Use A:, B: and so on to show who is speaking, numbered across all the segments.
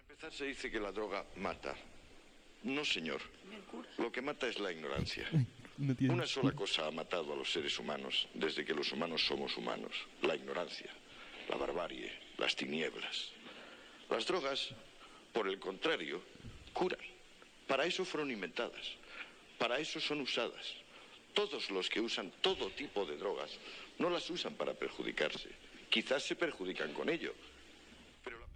A: empezar se dice que la droga mata. No, señor. Lo que mata es la ignorancia.
B: No tiene
A: Una sola
B: sentido.
A: cosa ha matado a los seres humanos desde que los humanos somos humanos. La ignorancia, la barbarie, las tinieblas. Las drogas, por el contrario, curan. Para eso fueron inventadas. Para eso son usadas. Todos los que usan todo tipo de drogas no las usan para perjudicarse. Quizás se perjudican con ello. Pero la-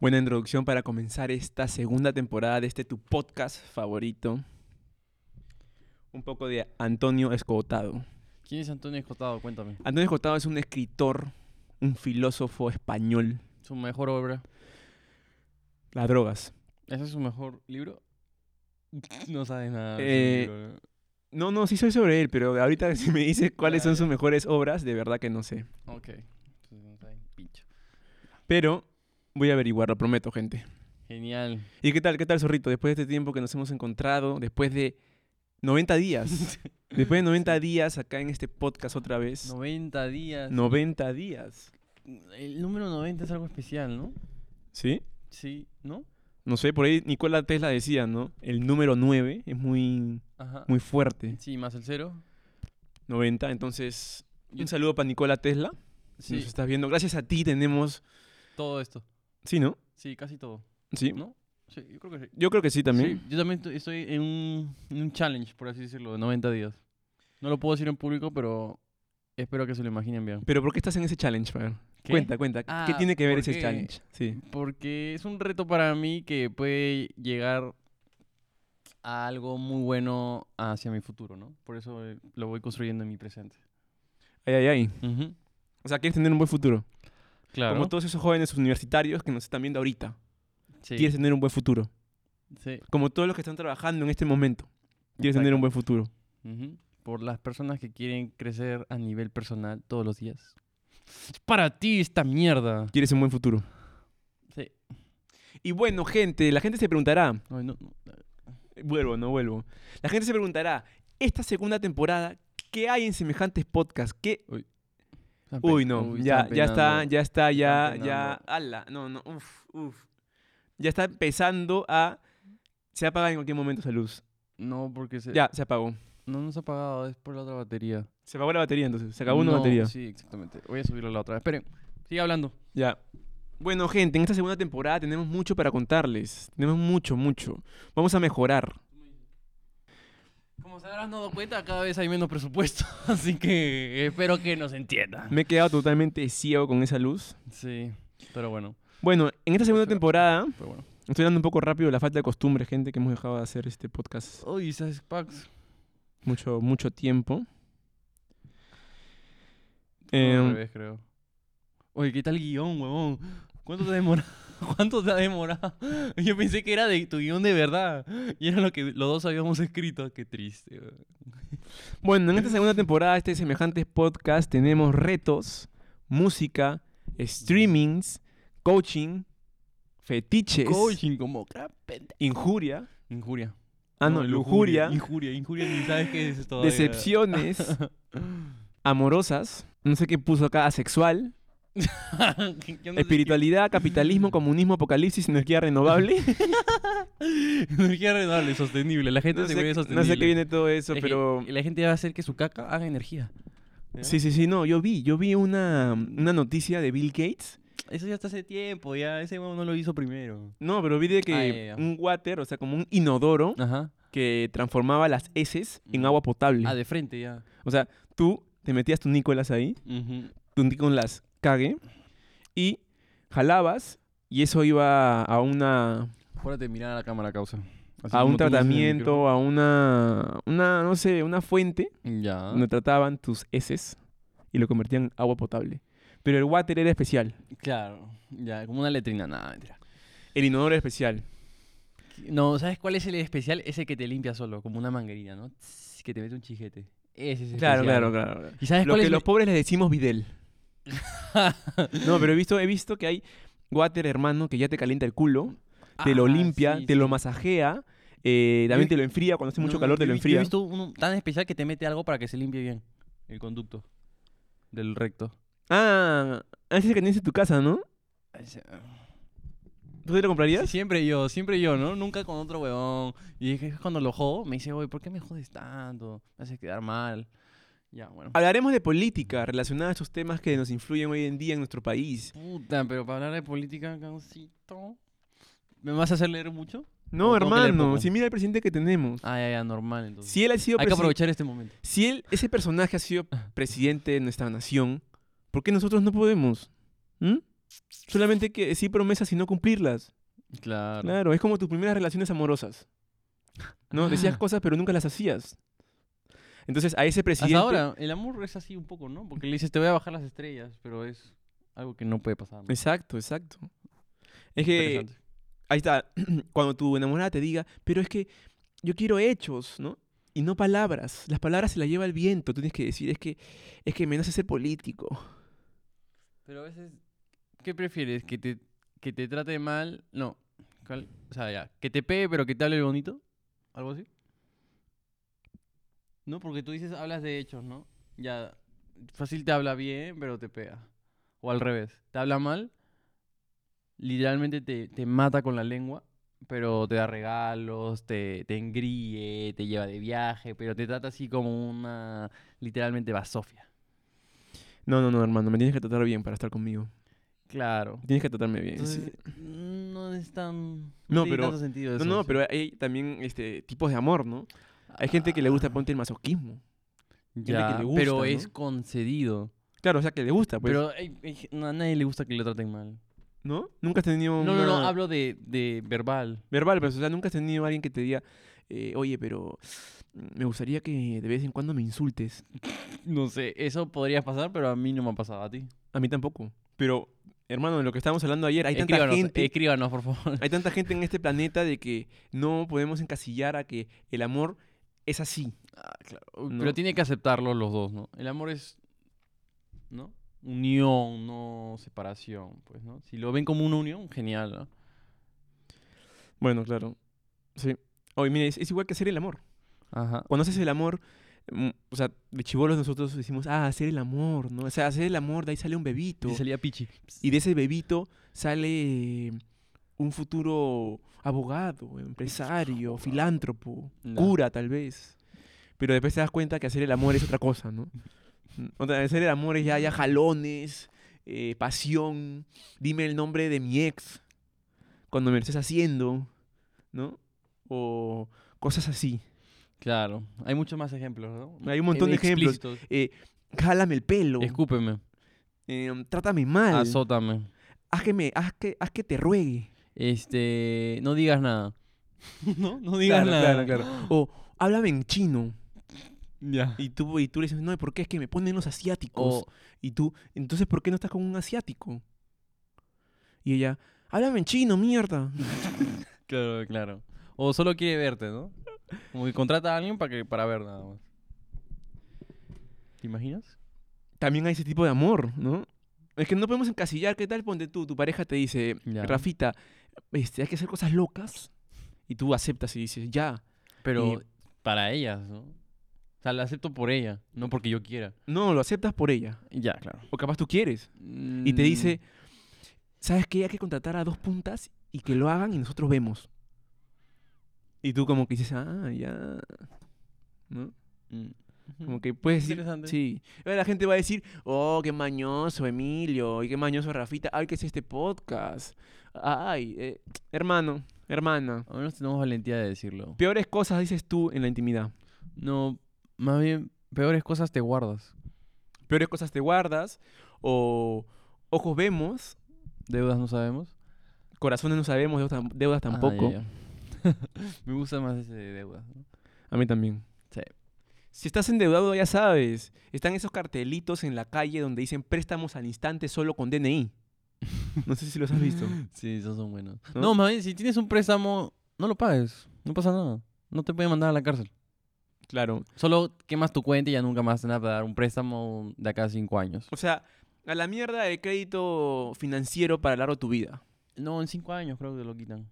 B: Buena introducción para comenzar esta segunda temporada de este tu podcast favorito. Un poco de Antonio Escotado.
C: ¿Quién es Antonio Escotado? Cuéntame.
B: Antonio Escotado es un escritor, un filósofo español.
C: Su mejor obra.
B: Las drogas.
C: ¿Ese es su mejor libro? No sabes nada.
B: Eh,
C: de su libro, ¿no?
B: No, no, sí soy sobre él, pero ahorita si me dices cuáles
C: Ah,
B: son
C: ya.
B: sus mejores obras, de verdad que no sé.
C: Ok. Entonces no sabes ni pincho.
B: Pero voy a averiguar, lo prometo, gente.
C: Genial.
B: ¿Y qué tal, qué tal, Zorrito? Después de este tiempo que nos hemos encontrado, después de 90 días. después de 90 días acá en este podcast otra vez.
C: 90 días.
B: 90 días.
C: El número 90 es algo especial, ¿no?
B: ¿Sí?
C: Sí, ¿no?
B: No sé, por ahí Nikola Tesla decía, ¿no? El número 9 es muy,
C: Ajá.
B: muy fuerte.
C: Sí, más el cero.
B: 90, entonces... Un saludo para Nikola Tesla. Si
C: Sí,
B: nos estás viendo. Gracias a ti tenemos...
C: todo esto.
B: Sí, ¿no?
C: Sí, casi todo.
B: Sí.
C: ¿No? Sí, yo creo que sí.
B: Yo creo que sí también.
C: Sí, yo también tu- estoy en un, en un challenge, por así decirlo, de 90 días. No lo puedo decir en público, pero espero que se lo imaginen bien.
B: Pero ¿por qué estás en ese challenge, Fer?
C: ¿Qué?
B: Cuenta, cuenta. ¿Qué
C: Ah,
B: tiene que ver ese
C: porque-
B: challenge? Sí.
C: Porque es un reto para mí que puede llegar a algo muy bueno hacia mi futuro, ¿no? Por eso eh, lo voy construyendo en mi presente.
B: Ay, ay, ay. O sea, quieres tener un buen futuro.
C: Claro.
B: Como todos esos jóvenes universitarios que nos están viendo ahorita.
C: sí,
B: Quieres tener un buen futuro.
C: sí,
B: Como todos los que están trabajando en este momento. Quieres tener un buen futuro.
C: ujú. Por las personas que quieren crecer a nivel personal todos los días. Es para ti esta mierda.
B: Quieres un buen futuro.
C: Sí.
B: Y bueno, gente, la gente se preguntará.
C: Ay, no, no.
B: Vuelvo, no vuelvo. La gente se preguntará, esta segunda temporada, ¿qué hay en semejantes podcasts? ¿Qué?
C: Están pe-
B: Uy, no,
C: uy,
B: ya,
C: están
B: ya está,
C: penando.
B: ya está, ya,
C: Están
B: ya,
C: penando.
B: ala, no, no, uff, uff. Ya está empezando a... Se apaga en cualquier momento esa luz.
C: No, porque se...
B: Ya, se apagó.
C: No nos ha apagado, es por la otra batería.
B: Se apagó la batería entonces, se acabó una
C: No,
B: batería.
C: Sí, exactamente. Voy a subirla la otra vez. Esperen, sigue hablando.
B: Ya. Bueno, gente, en esta segunda temporada tenemos mucho para contarles. Tenemos mucho, mucho. Vamos a mejorar.
C: Como se habrán dado cuenta, cada vez hay menos presupuesto, así que espero que nos entiendan.
B: Me he quedado totalmente ciego con esa luz.
C: Sí, pero bueno,
B: Bueno, en esta segunda
C: Perfecto.
B: temporada,
C: pero bueno.
B: estoy dando un poco rápido la falta de costumbre, gente, que hemos dejado de hacer este podcast
C: Uy, ¿sabes, Pax?
B: mucho, mucho tiempo.
C: Al
B: Em,
C: revés, creo. Oye, ¿qué tal guión, huevón? ¿Cuánto te ha demorado? ¿Cuánto te ha demorado? Yo pensé que era de tu guión de verdad. Y era lo que los dos habíamos escrito. Ah, Qué triste. huevón.
B: bueno, en esta segunda temporada, este semejante podcast, tenemos retos, música, streamings, coaching, fetiches,
C: Coaching como crap, pendejo.
B: injuria.
C: Injuria.
B: Ah, no, lujuria.
C: Injuria, injuria, ni sabes qué es esto.
B: decepciones amorosas, no sé qué puso acá, asexual, espiritualidad, capitalismo, comunismo, apocalipsis, energía renovable.
C: Energía renovable, sostenible. La gente
B: No sé,
C: se vuelve
B: no sé
C: sostenible.
B: qué viene todo eso,
C: Es que
B: pero...
C: La gente va a hacer que su caca haga energía. ¿ya?
B: Sí, sí, sí, no, yo vi, yo vi una, una noticia de Bill Gates.
C: Eso ya está hace tiempo, ya. Ese huevón no lo hizo primero.
B: No, pero vi de que
C: Ah, ya, ya.
B: un water, o sea, como un inodoro
C: Ajá.
B: que transformaba las heces en
C: Mm.
B: agua potable.
C: Ah, de frente ya.
B: O sea, tú te metías tu Nicolás ahí, tu Nicolás cague, y jalabas, y eso iba a una
C: Acuérdate de mirar a la cámara, causa. Así
B: a un
C: como tú lo dices en el
B: tratamiento, a una, una, no sé, una fuente
C: micrófono. Ya.
B: donde trataban tus heces y lo convertían en agua potable. Pero el water era especial,
C: Claro. Ya, como una letrina, nada, mentira.
B: el inodoro era especial.
C: No, ¿sabes cuál es el especial? Ese que te limpia solo, como una manguerina, ¿no? Tss, Que te mete un chijete. Ese es
B: Claro,
C: especial.
B: claro, claro. claro.
C: ¿Y sabes
B: Lo
C: cuál
B: que
C: es?
B: los pobres les decimos bidel. No, pero he visto, he visto que hay water, hermano, que ya te calienta el culo, te lo
C: Ah,
B: limpia,
C: sí,
B: te lo
C: sí.
B: masajea, eh, también
C: Yo-
B: te lo enfría, cuando hace mucho
C: No,
B: calor te
C: yo
B: lo
C: he vi-
B: enfría.
C: Yo he visto uno tan especial que te mete algo para que se limpie bien el conducto del recto.
B: Ah, ese es el que tienes en tu casa, ¿no?
C: Ese-
B: ¿Tú te lo comprarías?
C: Siempre yo, siempre yo, ¿no? Nunca con otro huevón. Y es que cuando lo jodo, me dice, oye, ¿por qué me jodes tanto? Me haces quedar mal. Ya, bueno.
B: Hablaremos de política relacionada a estos temas que nos influyen hoy en día en nuestro país.
C: Puta, pero para hablar de política, cancito. ¿Me vas a hacer leer mucho?
B: No,
C: No, tengo que leer
B: hermano,
C: poco.
B: si mira el presidente que tenemos.
C: Ah, ya, ya, normal, entonces.
B: Si él ha sido
C: Hay que
B: presi-
C: aprovechar este momento.
B: Si él, ese personaje ha sido presidente de nuestra nación, ¿por qué nosotros no podemos? ¿Mm? Solamente hay que decir promesas y no cumplirlas.
C: Claro.
B: Claro, es como tus primeras relaciones amorosas.
C: Ah.
B: No, decías cosas pero nunca las hacías. Entonces, a ese presidente...
C: Hasta ahora, el amor es así un poco, ¿no? Porque le dices, te voy a bajar las estrellas, pero es algo que no puede pasar. ¿no?
B: Exacto, exacto. Es que
C: Interesante.
B: ahí está, cuando tu enamorada te diga, pero es que yo quiero hechos, ¿no? Y no palabras. Las palabras se las lleva el viento. Tú tienes que decir, es que, es que me nace ser político.
C: Pero a veces, ¿qué prefieres? ¿Que te, que te trate mal? No. ¿Cuál? O sea, ya. ¿Que te pegue pero que te hable bonito? ¿Algo así? No, porque tú dices, hablas de hechos, ¿no? Ya, fácil te habla bien, pero te pega. O al revés, te habla mal, literalmente te, te mata con la lengua, pero te da regalos, te, te engríe, te lleva de viaje, pero te trata así como una, literalmente, basofia.
B: No, no, no, hermano, me tienes que tratar bien para estar conmigo.
C: Claro.
B: Tienes que tratarme bien. sí.
C: Entonces, mm, no es tan.
B: No,
C: tiene
B: pero-
C: tanto sentido
B: No,
C: eso,
B: no,
C: sí.
B: pero hay también este, tipos de amor, ¿no? Hay gente que le
C: Ah.
B: gusta, ponte el masoquismo. gente que
C: Ya,
B: le
C: pero
B: gusta,
C: es
B: ¿no?
C: concedido.
B: Claro, o sea, que le gusta, pues.
C: pero hay- hay- no, a nadie le gusta que le traten mal.
B: ¿No? Nunca has tenido
C: No, no, no,
B: una-
C: hablo de, de verbal.
B: Verbal, pero, o sea, nunca has tenido alguien que te diga, eh, oye, pero mm, me gustaría que de vez en cuando me insultes.
C: No sé, eso podría pasar, pero a mí no me ha pasado a ti.
B: A mí tampoco. Pero, hermano, de lo que estábamos hablando ayer, hay tanta
C: escríbanos,
B: gente...
C: escríbanos, por favor.
B: Hay tanta gente en este planeta de que no podemos encasillar a que el amor es así.
C: Ah, claro. Uy,
B: No.
C: Pero tiene que aceptarlo los dos, ¿no? El amor es. ¿No? Unión, no separación, pues, ¿no? Si lo ven como una unión, genial, ¿no?
B: Bueno, claro. Sí. Oye, mire, es- es igual que hacer el amor.
C: Ajá.
B: cuando haces el amor, mm, o sea, de chivolos nosotros decimos, ah, hacer el amor, ¿no? O sea, hacer el amor, de ahí sale un bebito.
C: Y salía Pichi.
B: Y de ese bebito sale eh, un futuro abogado, empresario, filántropo,
C: No.
B: cura tal vez. Pero después te das cuenta que hacer el amor es otra cosa, ¿no? Mm, O sea, hacer el amor es ya, ya jalones, eh, pasión, dime el nombre de mi ex cuando me lo estés haciendo, ¿no? O cosas así.
C: Claro, hay muchos más ejemplos, ¿no?
B: Hay un montón de ejemplos.
C: Explícitos.
B: eh, jálame el pelo,
C: Escúpeme,
B: eh, trátame mal,
C: azótame.
B: haz que, me, haz, que, haz que te ruegue.
C: Este, no digas nada. no, no digas nada.
B: O háblame en chino.
C: Ya.
B: Y tú, y tú le dices, no, ¿por qué? Es que me ponen los asiáticos.
C: O,
B: Y tú, entonces, ¿por qué no estás con un asiático? Y ella, háblame en chino, mierda.
C: claro, claro. O solo quiere verte, ¿no? Como que contrata a alguien para que para ver nada más. ¿Te imaginas?
B: También hay ese tipo de amor, ¿no? Es que no podemos encasillar, ¿qué tal? Ponte tú, tu pareja te dice,
C: Ya.
B: Rafita, este, hay que hacer cosas locas. Y tú aceptas y dices, ya.
C: Pero
B: Y-
C: para ellas, ¿no? O sea, la acepto por ella, no porque yo quiera.
B: No, lo aceptas por ella.
C: Ya, claro.
B: O capaz tú quieres.
C: Mm,
B: y te dice, ¿sabes qué? Hay que contratar a dos puntas y que lo hagan y nosotros vemos. Y tú como que dices, ah, ya. ¿No?
C: mm.
B: Como que puedes decir,
C: Interesante.
B: sí. Ahora la gente va a decir, oh, qué mañoso Emilio, y qué mañoso Rafita, ay, ¿qué es este podcast? Ay, eh, hermano, hermana.
C: A menos tenemos valentía de decirlo.
B: Peores cosas dices tú en la intimidad.
C: No, más bien, peores cosas te guardas.
B: Peores cosas te guardas o ojos vemos,
C: Deudas no sabemos.
B: corazones no sabemos, deudas tam- deudas tampoco.
C: Ah, ya, ya. Me gusta más ese de deuda. ¿no?
B: A mí también.
C: Sí.
B: Si estás endeudado, ya sabes. Están esos cartelitos en la calle donde dicen préstamos al instante solo con DNI. No sé si los has visto.
C: Sí, esos son buenos.
B: ¿No?
C: No, más bien, si tienes un préstamo, no lo pagues. No pasa nada. No te pueden mandar a la cárcel.
B: Claro.
C: Solo quemas tu cuenta y ya nunca más te van a dar un préstamo de acá a cinco años.
B: O sea, a la mierda el crédito financiero para largo tu vida.
C: No, en cinco años creo que te lo quitan.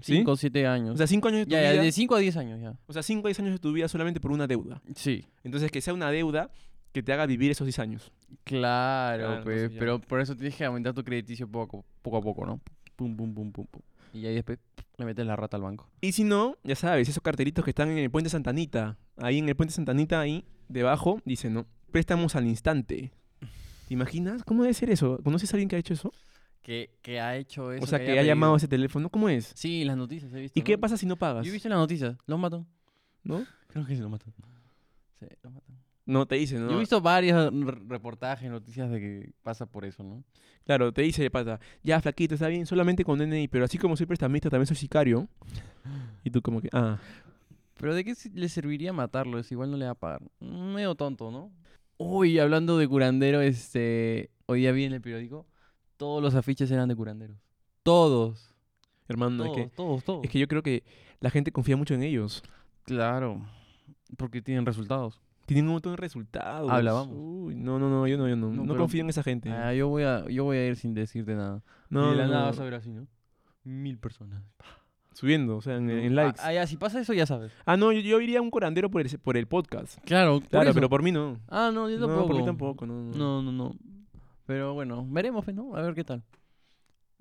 B: ¿Sí?
C: Cinco o siete años.
B: O sea, cinco años de tu
C: ya, ya,
B: vida.
C: de cinco a diez años ya.
B: O sea, cinco o diez años de tu vida solamente por una deuda.
C: Sí.
B: Entonces, que sea una deuda que te haga vivir esos diez años.
C: Claro,
B: Claro,
C: pues,
B: entonces ya.
C: pero por eso tienes que aumentar tu crediticio poco, poco a poco, ¿no? Pum, pum, pum, pum, pum. Y ahí después le metes la rata al banco.
B: Y si no, ya sabes, esos cartelitos que están en el puente Santanita, ahí en el puente Santanita, ahí debajo, dice, ¿no? Préstamos al instante. ¿Te imaginas? ¿Cómo debe ser eso? ¿Conoces a alguien que ha hecho eso?
C: Que, que ha hecho eso.
B: o sea, que,
C: haya
B: ha llamado a
C: pedido.
B: ese teléfono, ¿cómo es?
C: Sí, las noticias he visto.
B: ¿Y qué
C: ¿no?
B: pasa si no pagas?
C: Yo he visto en las noticias. Los matan.
B: ¿No?
C: Creo que sí los matan. Sí, los matan.
B: No, te dice, ¿no?
C: Yo he visto varios r- reportajes, noticias de que pasa por eso, ¿no?
B: Claro, te dice de pata, ya flaquito, está bien, solamente con DNI, pero así como soy prestamista, también soy sicario. Y tú como que, ah.
C: Pero ¿de qué si- le serviría matarlo? Es igual no le va a pagar. Mm, Medio tonto, ¿no? Uy, hablando de curandero, este... Hoy día vi en el periódico, todos los afiches eran de curanderos. Todos.
B: Hermano,
C: todos,
B: es que,
C: todos, todos.
B: es que yo creo que la gente confía mucho en ellos.
C: Claro. Porque tienen resultados.
B: Tienen un montón de resultados.
C: Habla, vamos.
B: Uy, no, no, no, yo no, yo no.
C: No,
B: No,
C: pero-
B: confío en esa gente.
C: Ah, yo, voy a, yo voy a ir sin decirte nada.
B: no,
C: y de la
B: no,
C: nada
B: no.
C: vas a ver así, ¿no? Mil personas.
B: Subiendo, o sea, en, en
C: Ah,
B: likes.
C: Ah, ya, si pasa eso ya sabes.
B: Ah, no, yo, yo iría a un corandero por el, por el podcast.
C: Claro,
B: Claro, pero por mí no.
C: Ah, no, yo
B: No,
C: tampoco.
B: por mí tampoco, no. no.
C: No, no, no. Pero bueno, veremos, pues, ¿no? A ver qué tal.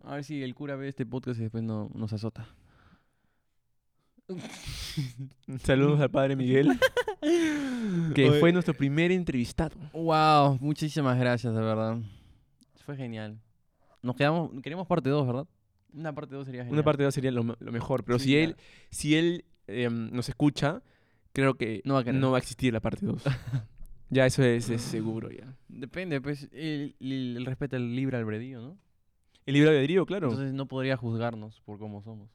C: A ver si el cura ve este podcast y después no, nos azota.
B: Saludos al padre Miguel, que
C: Oye,
B: fue nuestro primer entrevistado.
C: Wow, muchísimas gracias, de verdad. Fue genial. Nos quedamos, queremos parte 2, ¿verdad? Una parte 2 sería genial.
B: Una parte 2 sería lo, me- lo mejor, pero
C: Sí,
B: si él,
C: claro.
B: si él em, nos escucha, creo que
C: No va a querer. Ah.
B: no va a existir la parte 2. ya eso es, es seguro ya.
C: Depende, pues, el, el, el respeto al libre albedrío, ¿no?
B: El libro de albedrío, claro.
C: Entonces no podría juzgarnos por cómo somos.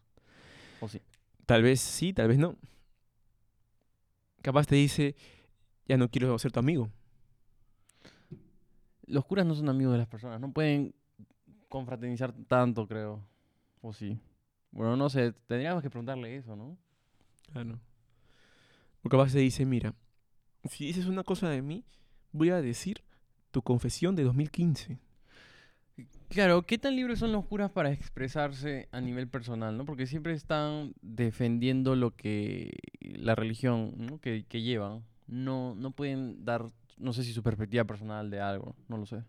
C: O sí.
B: tal vez sí, tal vez no. Capaz te dice, ya no quiero ser tu amigo.
C: Los curas no son amigos de las personas, no pueden confraternizar tanto, creo. O sí. Bueno, no sé, tendríamos que preguntarle eso, ¿no?
B: Claro. O capaz te dice, mira, si dices una cosa de mí, voy a decir tu confesión de 2015.
C: Claro, ¿qué tan libres son los curas para expresarse a nivel personal, no? Porque siempre están defendiendo lo que la religión, ¿no? que, que llevan. No, no pueden dar, no sé si su perspectiva personal de algo, no lo sé.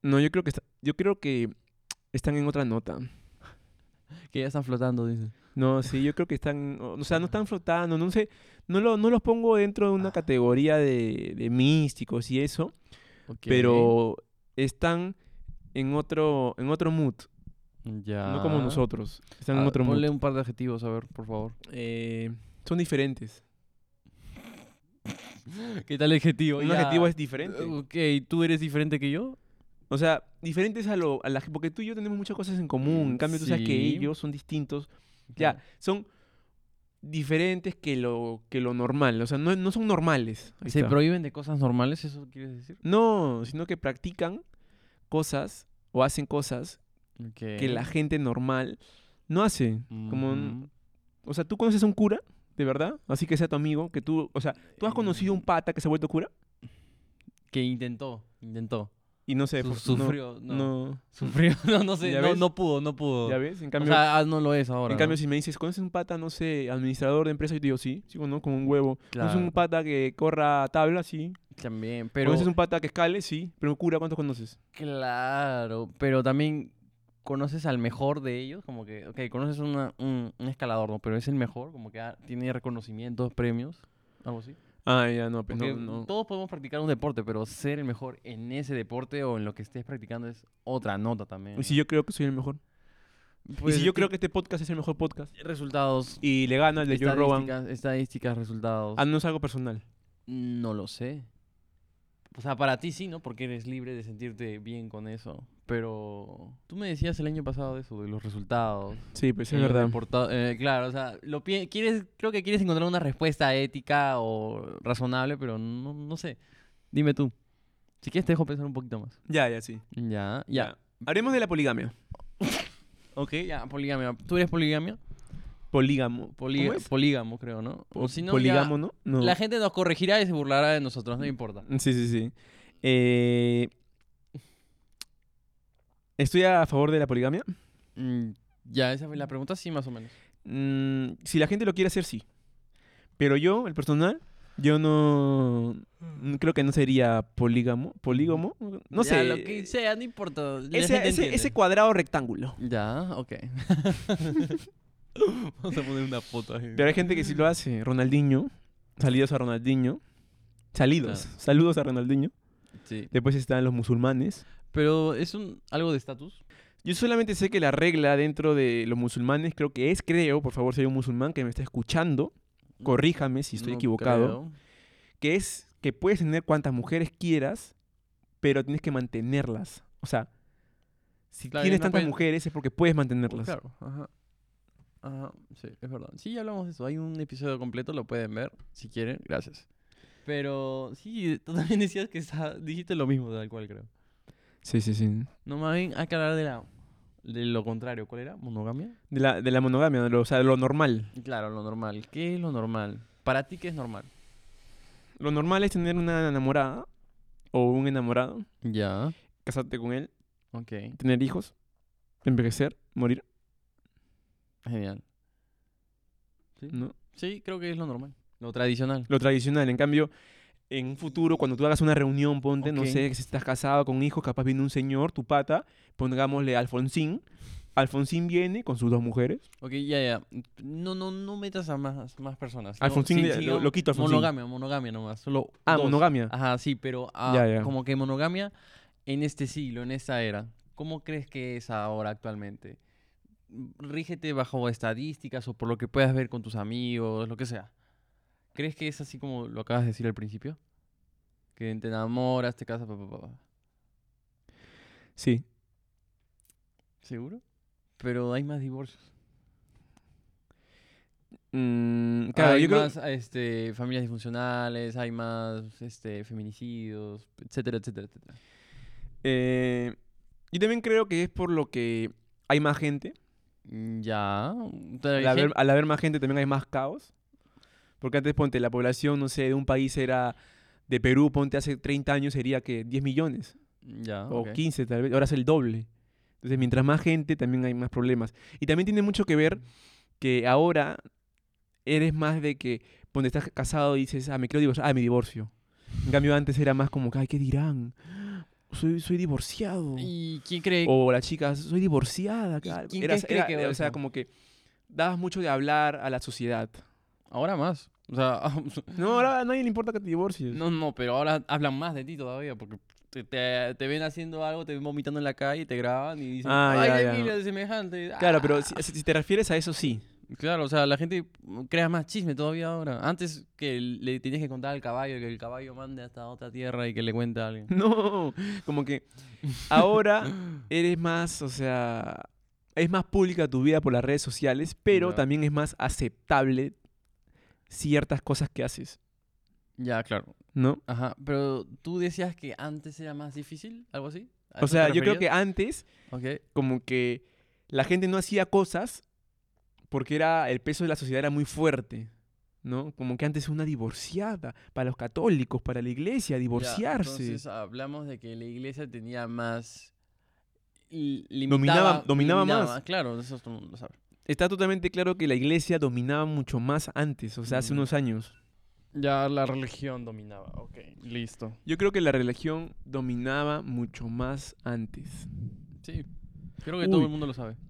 B: No, yo creo que está- yo creo que están en otra nota.
C: Que ya están flotando, dicen.
B: No, sí, yo creo que están, o o sea, no están flotando, no sé, no, lo, no los pongo dentro de
C: Ah.
B: una categoría de, de místicos y eso, pero están en otro, en otro mood,
C: ya.
B: no como nosotros, están en
C: Ah,
B: otro
C: ponle
B: mood.
C: un par de adjetivos, a ver, por favor.
B: Eh, son diferentes.
C: ¿Qué tal adjetivo?
B: Un
C: Ya. Uh,
B: adjetivo es diferente.
C: Ok, ¿tú eres diferente que yo?
B: O sea, diferentes a lo, a la, porque tú y yo tenemos muchas cosas en común, en cambio tú sabes que
C: Sí.
B: ellos son distintos, ya, son diferentes que lo, que lo normal, o sea, no, no son normales. Ahí
C: ¿Se
B: está.
C: prohíben de cosas normales? ¿Eso quieres decir?
B: No, sino que practican cosas o hacen cosas que la gente normal no hace. Como, n- o sea, ¿tú conoces a un cura? ¿De verdad? Así que sea tu amigo, que tú, o sea, ¿tú
C: Eh.
B: has conocido un pata que se ha vuelto cura?
C: Que intentó, intentó.
B: Y no se
C: Su-
B: fu-
C: sufrió,
B: no,
C: no.
B: no,
C: Sufrió, no, no sé,
B: ¿Ya
C: no,
B: ves?
C: no pudo, no pudo.
B: ya ves, en
C: o
B: cambio,
C: sea, ah, no lo es ahora.
B: en cambio si me dices, ¿conoces un pata, no sé, administrador de empresa? Yo te digo, sí, sí, ¿no? Como un huevo. ¿Conoces un
C: Claro.
B: pata que corra tabla? Sí.
C: ¿no? También, pero...
B: ¿Conoces un pata que escale? Sí. Pero un cura, ¿cuántos conoces?
C: Claro, pero también conoces al mejor de ellos, como que, ok, conoces una- un, un escalador, ¿no? Pero es el mejor, como que ah, tiene reconocimientos, premios, algo así.
B: Ah, ya, no, pues
C: Porque
B: no, no.
C: todos podemos practicar un deporte, pero ser el mejor en ese deporte o en lo que estés practicando es otra nota también.
B: Y si yo creo que soy el mejor.
C: Pues
B: y si yo creo que este podcast es el mejor podcast.
C: Resultados,
B: Y le gana el de Joe Rogan.
C: estadísticas, estadísticas, resultados.
B: Ah, no es algo personal.
C: No lo sé. O sea, para ti sí, ¿no? Porque eres libre de sentirte bien con eso. Pero tú me decías el año pasado de eso, de los resultados.
B: Sí, pues
C: en los reporta- eh, claro, o sea, lo pi- quieres, creo que quieres encontrar una respuesta ética o razonable, pero no, no sé. Dime tú. Si quieres te dejo pensar un poquito más.
B: Ya, ya, sí.
C: Ya, ya.
B: Haremos de la poligamia.
C: Ok, ya, poligamia. ¿Tú eres poligamia?
B: Polígamo.
C: Poli-
B: ¿Cómo es?
C: Polígamo, creo, ¿no? O si no, ya
B: Polígamo, ¿no? No.
C: La gente nos corregirá y se burlará de nosotros, no importa.
B: Sí, sí, sí. Eh, ¿Estoy a favor de la poligamia?
C: Mm, Ya, esa fue la pregunta, sí, más o menos.
B: Mm, si la gente lo quiere hacer, sí. Pero yo, el personal, Yo no. n- Creo que no sería polígamo. ¿Polígamo? No
C: Mm. Ya,
B: sé.
C: lo que sea, no importa. la
B: Ese,
C: gente
B: ese,
C: entiende.
B: ese cuadrado rectángulo.
C: Ya, ok. Vamos a poner una foto ahí.
B: Pero hay gente que sí lo hace. Ronaldinho. Salidos a Ronaldinho. Salidos. Saludos a Ronaldinho.
C: Sí.
B: Después están los musulmanes.
C: Pero es un, algo de estatus.
B: Yo solamente sé que la regla dentro de los musulmanes, creo que es, creo, por favor, si hay un musulmán que me está escuchando, corríjame si estoy
C: No
B: equivocado,
C: creo.
B: que es que puedes tener cuantas mujeres quieras, pero tienes que mantenerlas. O sea, si
C: Claro,
B: tienes
C: no
B: tantas
C: puedes-
B: mujeres es porque puedes mantenerlas.
C: Claro, ajá. Ajá, sí, es verdad. Sí, ya hablamos de eso. Hay un episodio completo, lo pueden ver si quieren. Gracias. Pero sí, tú también decías que está- dijiste lo mismo, tal cual, creo.
B: Sí, sí, sí.
C: No más bien hay que hablar de, la, de lo contrario. ¿Cuál era? ¿Monogamia?
B: De la, de la monogamia, lo- o sea, lo normal.
C: Claro, lo normal. ¿Qué es lo normal? Para ti, ¿qué es normal?
B: Lo normal es tener una enamorada o un enamorado,
C: Ya,
B: casarte con él,
C: ok.
B: tener hijos, envejecer, morir,
C: Genial.
B: ¿no?
C: Sí, creo que es lo normal. Lo tradicional.
B: lo tradicional. En cambio, en un futuro, cuando tú hagas una reunión, ponte, no
C: Ok.
B: sé, si estás casado con hijos, capaz viene un señor, tu pata, pongámosle Alfonsín. Alfonsín viene con sus dos mujeres.
C: Ok, ya, ya. No, no, no metas a más, más personas. No,
B: Alfonsín,
C: sí,
B: ya,
C: sí,
B: lo-
C: no,
B: lo quito, Alfonsín.
C: Monogamia, monogamia nomás. Solo
B: Ah,
C: dos.
B: monogamia.
C: Ajá, sí, pero ah,
B: Ya, ya.
C: como que monogamia en este siglo, en esta era. ¿Cómo crees que es ahora actualmente? Rígete bajo estadísticas o por lo que puedas ver con tus amigos, lo que sea. ¿Crees que es así como lo acabas de decir al principio? Que te enamoras, te casas, papá, papá.
B: Sí.
C: ¿Seguro? Pero hay más divorcios.
B: Mm, claro,
C: hay
B: yo creo-
C: más este, familias disfuncionales, hay más este, feminicidios, etcétera, etcétera, etcétera.
B: eh, yo también creo que es por lo que hay más gente.
C: Mm, Ya.
B: Al
C: Pero hay
B: haber,
C: gen-
B: al haber más gente también hay más caos. Porque antes, ponte, la población, no sé, de un país era... De Perú, ponte, hace 30 años sería que 10 millones.
C: Ya.
B: o
C: Ah, ok.
B: 15 tal vez, ahora es el doble. Entonces, mientras más gente, también hay más problemas. Y también tiene mucho que ver que ahora eres más de que, cuando estás casado, dices, ah, me quiero divorciar, ah, me divorcio. En cambio, antes era más como, ay, ¿qué dirán? Soy, soy divorciado.
C: ¿Y quién cree?
B: O la chica, soy divorciada.
C: ¿Y
B: claro.
C: quién
B: Eras-
C: crees cree
B: era-
C: que
B: o sea,
C: eso?
B: como que dabas mucho de hablar a la sociedad.
C: Ahora más. O sea,
B: No, ahora a nadie le importa que te divorcies.
C: Ah. no, no, pero ahora hablan más de ti todavía porque te, te- te ven haciendo algo, te ven vomitando en la calle, te graban y dicen,
B: Ah, ya,
C: ay,
B: ya.
C: mira, de semejante.
B: Claro,
C: ah".
B: pero si, si te refieres a eso, sí.
C: Claro, o sea, la gente crea más chisme todavía ahora. Antes que le tenías que contar al caballo, que el caballo mande hasta otra tierra y que le cuente a alguien.
B: No, como que ahora eres más, o sea, es más pública tu vida por las redes sociales, pero
C: Ya.
B: también es más aceptable ciertas cosas que haces,
C: Ya, claro.
B: ¿no?
C: Ajá, pero tú decías que antes era más difícil, algo así. ¿A
B: O
C: eso te
B: sea, yo creo que
C: referías?
B: antes
C: Ok,
B: como que la gente no hacía cosas porque era el peso de la sociedad era muy fuerte, ¿no? Como que antes una divorciada para los católicos, para la iglesia,
C: ya,
B: divorciarse.
C: entonces hablamos de que la iglesia tenía más. li-
B: Dominaba- dominaba más.
C: Claro, eso todo el mundo sabe.
B: Está totalmente claro que la iglesia dominaba mucho más antes, o sea, hace
C: Mm.
B: unos años.
C: Ya la religión dominaba, ok, listo.
B: Yo creo que la religión dominaba mucho más antes.
C: Sí, creo que todo
B: Uy.
C: el mundo lo sabe.